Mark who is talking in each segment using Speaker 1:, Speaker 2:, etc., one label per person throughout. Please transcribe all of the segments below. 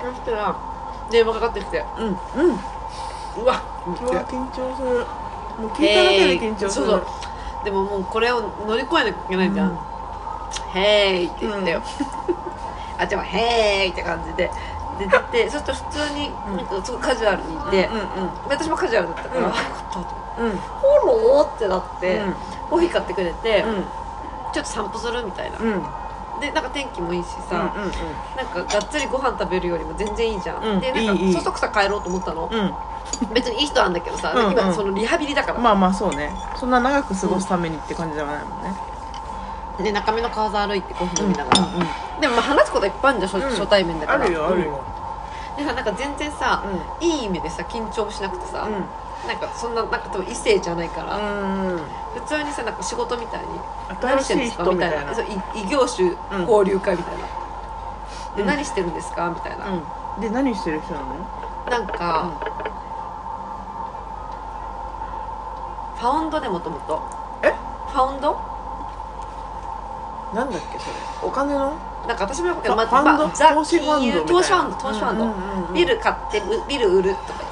Speaker 1: そしたら電話かかってきて
Speaker 2: うんうん
Speaker 1: うわ
Speaker 2: 今日は緊張するもう聞いただけで緊張す
Speaker 1: そう
Speaker 2: る、
Speaker 1: そうでももうこれを乗り越えなきゃいけないじゃん、へーいって言ってよ、 あちゃんはへーいって感じで出てってそうすると普通に
Speaker 2: ん
Speaker 1: なんかすごいカジュアルにいて、
Speaker 2: う
Speaker 1: 私もカジュアルだったから、
Speaker 2: うん
Speaker 1: よかったと
Speaker 2: んうんうん
Speaker 1: フォローってなって、
Speaker 2: うん
Speaker 1: コーヒー買ってくれて、
Speaker 2: うん
Speaker 1: ちょっと散歩するみたいな、
Speaker 2: うんうん
Speaker 1: でなんか天気もいいしさ、
Speaker 2: うん
Speaker 1: なんかがっつりご飯食べるよりも全然いいじゃん、
Speaker 2: うん
Speaker 1: でなん
Speaker 2: いいいい
Speaker 1: かそそくさ帰ろうと思ったの、
Speaker 2: うんうん
Speaker 1: 別にいい人なんだけどさ、
Speaker 2: うんうん
Speaker 1: 今そのリハビリだから、
Speaker 2: まあまあそうねそんな長く過ごすためにって感じではないもんね
Speaker 1: で中身の川沢歩いてコーヒー飲みながら、
Speaker 2: うんうん
Speaker 1: でもまあ話すこといっぱいあるじゃん初,、
Speaker 2: うん
Speaker 1: 初対面だから
Speaker 2: よ
Speaker 1: でさなんか全然さ、いい意味でさ緊張もしなくてさ、
Speaker 2: うんうん
Speaker 1: なんかそんななんか多分異性じゃないから、
Speaker 2: うん
Speaker 1: 普通にさなんか仕事みたいに
Speaker 2: 新
Speaker 1: 何し
Speaker 2: して
Speaker 1: るん
Speaker 2: い
Speaker 1: です
Speaker 2: 人
Speaker 1: かみ
Speaker 2: み
Speaker 1: た
Speaker 2: た
Speaker 1: い
Speaker 2: い
Speaker 1: な
Speaker 2: な
Speaker 1: そう異異業種
Speaker 2: うん
Speaker 1: 交流会みたいな、で
Speaker 2: うん
Speaker 1: 何してるんですかみたいな、
Speaker 2: うんで何してる人な
Speaker 1: な
Speaker 2: の
Speaker 1: んか、ファウンドでもともと
Speaker 2: え
Speaker 1: ファウンド
Speaker 2: なんだっけそれお金の
Speaker 1: なんか私もよく
Speaker 2: ファ
Speaker 1: ま
Speaker 2: ファンド
Speaker 1: まザ
Speaker 2: 投資ファンド
Speaker 1: 金
Speaker 2: みたい
Speaker 1: 融
Speaker 2: な
Speaker 1: 投資ファンド投資ファンド、
Speaker 2: うんうんうんうん
Speaker 1: ビル買ってうビル売るとか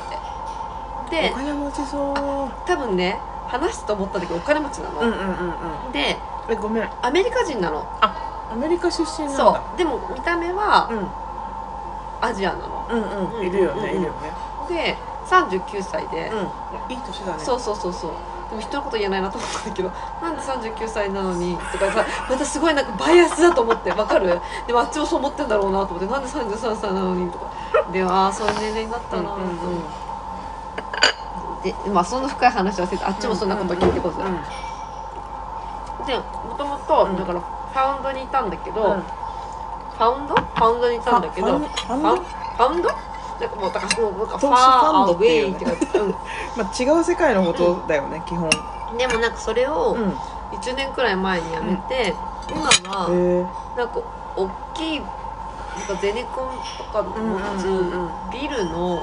Speaker 1: 言って
Speaker 2: お
Speaker 1: で
Speaker 2: 金持ちそう
Speaker 1: 多分ね話すと思った時お金持ちなの、
Speaker 2: うんうんうん
Speaker 1: で
Speaker 2: えごめん
Speaker 1: アメリカ人なの
Speaker 2: アメリカ出身なんだ
Speaker 1: そうでも見た目は
Speaker 2: うん
Speaker 1: アジアなの、
Speaker 2: う
Speaker 1: う
Speaker 2: んうんんいるよ
Speaker 1: うんうん
Speaker 2: ねいるよね
Speaker 1: で39歳で、
Speaker 2: うんいい年だね
Speaker 1: そうそうそうそうでも人のこと言えないなと思ったんだけどなんで39歳なのにとかさまたすごいなんかバイアスだと思ってわかるでもあっちもそう思ってんだろうなと思ってなんで33歳なのにとかでああそういう年齢になったなと
Speaker 2: うんうんうん
Speaker 1: でまあそんな深い話はせずあっちもそんなこと聞いてこず、
Speaker 2: うん
Speaker 1: でもともと
Speaker 2: うん
Speaker 1: だからファウンドにいたんだけど、
Speaker 2: うん
Speaker 1: ファウンドファウンドにいたんだけど
Speaker 2: フ
Speaker 1: フ
Speaker 2: ァ
Speaker 1: ァ
Speaker 2: ンファン
Speaker 1: ンファウンドなんかもうだからもうなんかファ
Speaker 2: 投資ファ
Speaker 1: ー
Speaker 2: ンド
Speaker 1: アウ
Speaker 2: っ
Speaker 1: ェ
Speaker 2: ていう
Speaker 1: イ
Speaker 2: ね
Speaker 1: って感じ、
Speaker 2: まあ、違う世界のことだよね、基本
Speaker 1: うん、でもなんかそれを、
Speaker 2: うんへ
Speaker 1: 1年くらい前に辞めて、今
Speaker 2: え
Speaker 1: はなんか大きいなんかゼネコンとか持つ
Speaker 2: うんうんうん
Speaker 1: ビルの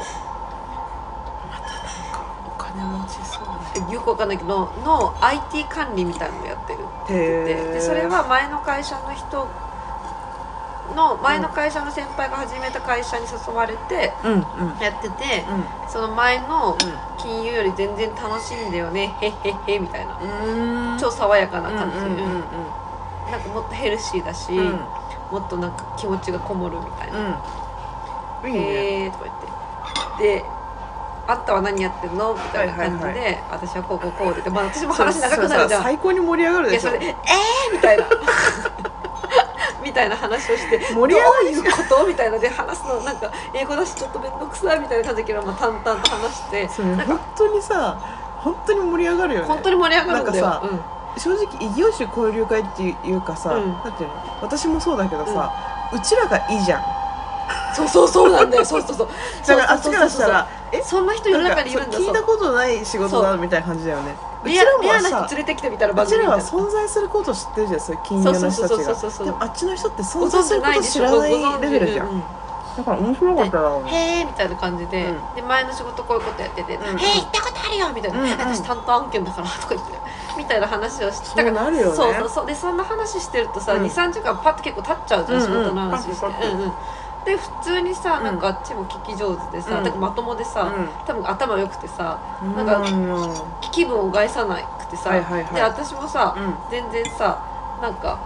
Speaker 2: お金持ちそうだ
Speaker 1: よくわかんないけどの IT 管理みたいなのをやってる
Speaker 2: へ
Speaker 1: って言って
Speaker 2: え
Speaker 1: でそれは前の会社の人の前の会社の先輩が始めた会社に誘われて
Speaker 2: うんうんうん
Speaker 1: やっててその前の金融より全然楽しいんだよねへっへっへみたいな
Speaker 2: うんうん
Speaker 1: 超爽やかな
Speaker 2: うん
Speaker 1: 感じ、
Speaker 2: うんうんうん
Speaker 1: なんかもっとヘルシーだし、
Speaker 2: うん
Speaker 1: もっとなんか気持ちがこもるみたいな。
Speaker 2: うんいいね
Speaker 1: へえーとか言ってで「あんたは何やってんの?」みたいな感じで、
Speaker 2: はいは
Speaker 1: 私はこうこうこうで」まあ、私も話長くなるじゃ
Speaker 2: それさ
Speaker 1: ん。
Speaker 2: 最高に盛り上がる
Speaker 1: い
Speaker 2: で
Speaker 1: や
Speaker 2: し
Speaker 1: そ
Speaker 2: ょ
Speaker 1: れで「えー!」みたいな みたいな話をして「
Speaker 2: 盛り上がるでし
Speaker 1: どういうこと?」みたいなで話すのなんか英語だしちょっと面倒くさいみたいな感じだけど、まあ、淡々と話して
Speaker 2: それ本当にさ本当に盛り上がるよね
Speaker 1: 本当に盛り上がるんだよ。
Speaker 2: なんか
Speaker 1: うん
Speaker 2: 正直異業種交流会っていうかさ、
Speaker 1: うん
Speaker 2: なんていうの私もそうだけどさ、うちらがいいじゃん
Speaker 1: そうそうそうなんだよそうそうそう
Speaker 2: だからあっちからしたらえ
Speaker 1: そうそうそうそんな人世の中にいるんだ
Speaker 2: 聞いた
Speaker 1: そう
Speaker 2: ことない仕事だみたいな感じだよねうち
Speaker 1: レア
Speaker 2: らも
Speaker 1: レアな
Speaker 2: さ
Speaker 1: 人連れてきてみたいな
Speaker 2: う
Speaker 1: 番
Speaker 2: ち
Speaker 1: 組み
Speaker 2: ら
Speaker 1: たい
Speaker 2: は
Speaker 1: な
Speaker 2: 存在することを知ってるじゃんそういう金融の人た
Speaker 1: そうそうそうそう
Speaker 2: ち
Speaker 1: そう
Speaker 2: がでもあっちの人って
Speaker 1: ご
Speaker 2: 存在
Speaker 1: 存
Speaker 2: す
Speaker 1: 知
Speaker 2: るこ
Speaker 1: ない
Speaker 2: と
Speaker 1: でし
Speaker 2: 知
Speaker 1: ょご存
Speaker 2: らない
Speaker 1: 知
Speaker 2: レベルじゃ
Speaker 1: うんん
Speaker 2: だから面白かっただろうね
Speaker 1: へえみたいな感じで、
Speaker 2: うん
Speaker 1: で前の仕事こういうことやってて「
Speaker 2: うん
Speaker 1: へえ行ったことあるよ」みたいな、
Speaker 2: うんうん
Speaker 1: 私担当案件だから」とか言ってみたいな話をして
Speaker 2: そうなるよね
Speaker 1: そうそうそうでそんな話してるとさ、
Speaker 2: うん
Speaker 1: 23時間パッて結構経っちゃうじゃん、
Speaker 2: うんうん
Speaker 1: 仕事の話して、
Speaker 2: パッてパッて
Speaker 1: うんうんで普通にさ
Speaker 2: うん
Speaker 1: なんかあっちも聞き上手でさ、
Speaker 2: うん
Speaker 1: なんかまともでさ、
Speaker 2: う
Speaker 1: 多分頭良くてさ
Speaker 2: ん
Speaker 1: なんか
Speaker 2: うん
Speaker 1: 気分を害さなくてさ、
Speaker 2: はいはいはい
Speaker 1: で私もさ、
Speaker 2: うん
Speaker 1: 全然さなんか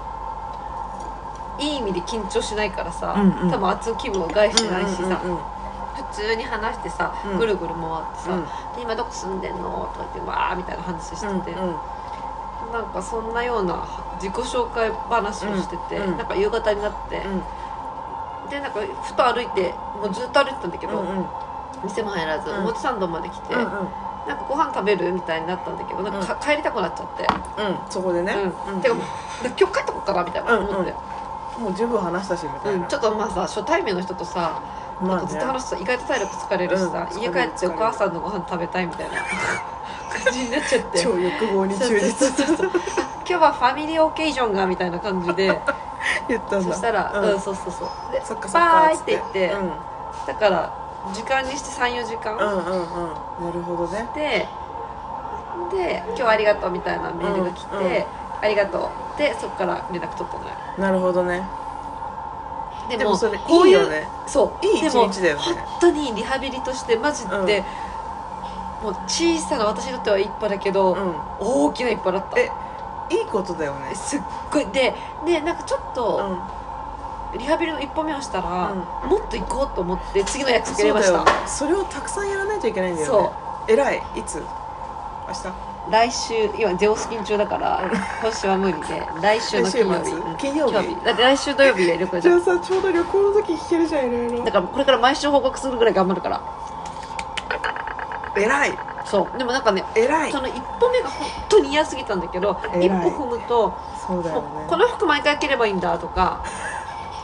Speaker 1: いい意味で緊張しないからさ、
Speaker 2: うんうん
Speaker 1: 多分あっちの気分を害してないしさ、
Speaker 2: うんうんうん
Speaker 1: 普通に話してさ、
Speaker 2: うん
Speaker 1: ぐるぐる回ってさ、
Speaker 2: うん
Speaker 1: で今どこ住んでんの?」とか言って「わー」みたいな話してて、
Speaker 2: うんうん
Speaker 1: なんかそんなような自己紹介話をしてて、
Speaker 2: うんうん
Speaker 1: なんか夕方になって、でなんかふと歩いてもうずっと歩いてたんだけど、
Speaker 2: うんうん
Speaker 1: 店も入らず
Speaker 2: うん
Speaker 1: 表参道まで来て、
Speaker 2: うんうん
Speaker 1: なんかご飯食べるみたいになったんだけどなんかか帰りたくなっちゃって、
Speaker 2: うんそこでね
Speaker 1: うん
Speaker 2: うん
Speaker 1: てかもう今日帰ってこっかなみたいな思って、
Speaker 2: もう十分話したしみた
Speaker 1: う
Speaker 2: い
Speaker 1: ん
Speaker 2: な
Speaker 1: ちょっとまあさ初対面の人とさ
Speaker 2: ま
Speaker 1: なんかずっと
Speaker 2: あね
Speaker 1: 話すと意外と体力疲れるしさ、
Speaker 2: うん
Speaker 1: 家帰ってお母さんのご飯食べたいみたい な感じになっちゃって
Speaker 2: 超欲望に忠
Speaker 1: そう
Speaker 2: 実
Speaker 1: そうそうそう今日はファミリーオーケーションがみたいな感じ で
Speaker 2: 言った
Speaker 1: そ
Speaker 2: んだ
Speaker 1: したら、うん
Speaker 2: うん
Speaker 1: そうそうそうで
Speaker 2: そっかそっか
Speaker 1: バーイ
Speaker 2: つ
Speaker 1: って言って、
Speaker 2: うん
Speaker 1: だから時間にして34時
Speaker 2: うん
Speaker 1: 間、
Speaker 2: うんうんなるほどね
Speaker 1: でで「今日はありがとう」みたいなメールが来て「
Speaker 2: うんうん
Speaker 1: ありがとう」でそっから連絡取ったのよ
Speaker 2: なるほどね
Speaker 1: で
Speaker 2: で
Speaker 1: も
Speaker 2: もそれ
Speaker 1: こう
Speaker 2: いい
Speaker 1: いう
Speaker 2: よね
Speaker 1: そう
Speaker 2: いい一
Speaker 1: でも
Speaker 2: 日だよね
Speaker 1: 本当にリハビリとしてマジで、
Speaker 2: うん
Speaker 1: もう小さな私にとっては一歩だけど、
Speaker 2: うん
Speaker 1: 大きな一歩だった
Speaker 2: えいいことだよね
Speaker 1: すっごいででなんかちょっ
Speaker 2: う
Speaker 1: と
Speaker 2: ん
Speaker 1: リハビリの一歩目をしたら、もっと行こうと思って次の約束入れまし
Speaker 2: そうだよ
Speaker 1: た
Speaker 2: それをたくさんやらないといけないんだ
Speaker 1: そう
Speaker 2: よね偉いいつ明日
Speaker 1: 来週今ゼオスキン中だから今週は無理で来週の金曜
Speaker 2: 来週末
Speaker 1: 日
Speaker 2: 金曜日
Speaker 1: だって来週土曜日で旅行じ
Speaker 2: じゃ
Speaker 1: ゃ
Speaker 2: あ
Speaker 1: ん
Speaker 2: さちょうど旅行の時聞けるじゃんいろいろ
Speaker 1: だからこれから毎週報告するぐらい頑張るから
Speaker 2: 偉い
Speaker 1: そうでもなんかね
Speaker 2: 偉い
Speaker 1: その一歩目が本当に嫌すぎたんだけど
Speaker 2: 偉い
Speaker 1: 一歩踏むと
Speaker 2: そうだよ
Speaker 1: もう
Speaker 2: ね
Speaker 1: この服毎回着ればいいんだとか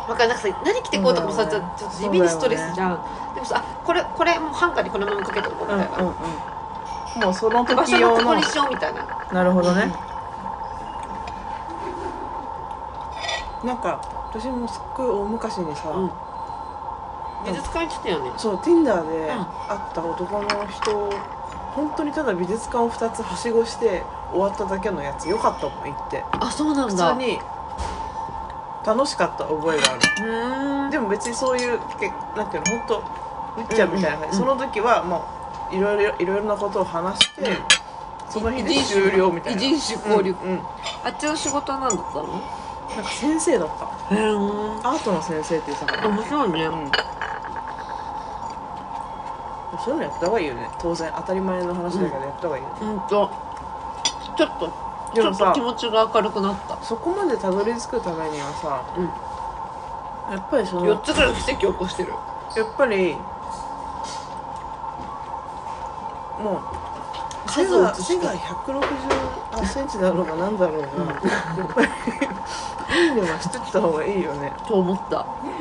Speaker 1: わかんないなんかさ何着てこうとかもさ、
Speaker 2: そ
Speaker 1: ちょ
Speaker 2: うだよね
Speaker 1: っと地味にストレスじゃん、でもさあこれこれもうハンカーにこのままかけておこうみ
Speaker 2: うん
Speaker 1: たい
Speaker 2: う
Speaker 1: な、
Speaker 2: んうんもうその
Speaker 1: 場
Speaker 2: 時
Speaker 1: 所の
Speaker 2: 用
Speaker 1: とこ
Speaker 2: の
Speaker 1: にしようみたいな
Speaker 2: なるほど
Speaker 1: う
Speaker 2: ね
Speaker 1: ん
Speaker 2: なんか私もすっごい大昔にさ、
Speaker 1: うん美術館行ってたよね
Speaker 2: そう Tinder で
Speaker 1: う
Speaker 2: 会
Speaker 1: ん
Speaker 2: った男の人本当にただ美術館を2つはしごして終わっただけのやつよかったもん行って
Speaker 1: あそうなん
Speaker 2: 普
Speaker 1: だ
Speaker 2: 通に楽しかった覚えがある
Speaker 1: うーん
Speaker 2: でも別にそういうけなんていうの本当うっちゃんみたいな感じ、
Speaker 1: うんうん
Speaker 2: その時はもういろいろいろいろなことを話して、
Speaker 1: うん
Speaker 2: その日で終了みたいな
Speaker 1: 異人種交流
Speaker 2: うんうんなんか
Speaker 1: あっちの仕事は何だったの
Speaker 2: 先生だった
Speaker 1: へえ
Speaker 2: アートの先生っていうさから、うん
Speaker 1: 面白いね
Speaker 2: そういうのやった方がいいよね当然当たり前の話だけどやった方がいいよね、
Speaker 1: うんとちょっとち
Speaker 2: で
Speaker 1: ょ
Speaker 2: も
Speaker 1: っと
Speaker 2: さ
Speaker 1: 気持ちが明るくなった
Speaker 2: そこまでたどり着くためにはさ、やっぱりその
Speaker 1: 4つぐらい奇跡を起こしてる
Speaker 2: やっぱりもう背
Speaker 1: 数を
Speaker 2: が
Speaker 1: 移して
Speaker 2: 背が168センチだろうが何だろうが、
Speaker 1: うん
Speaker 2: やっぱりいいねはしてった方がいいよね
Speaker 1: と思った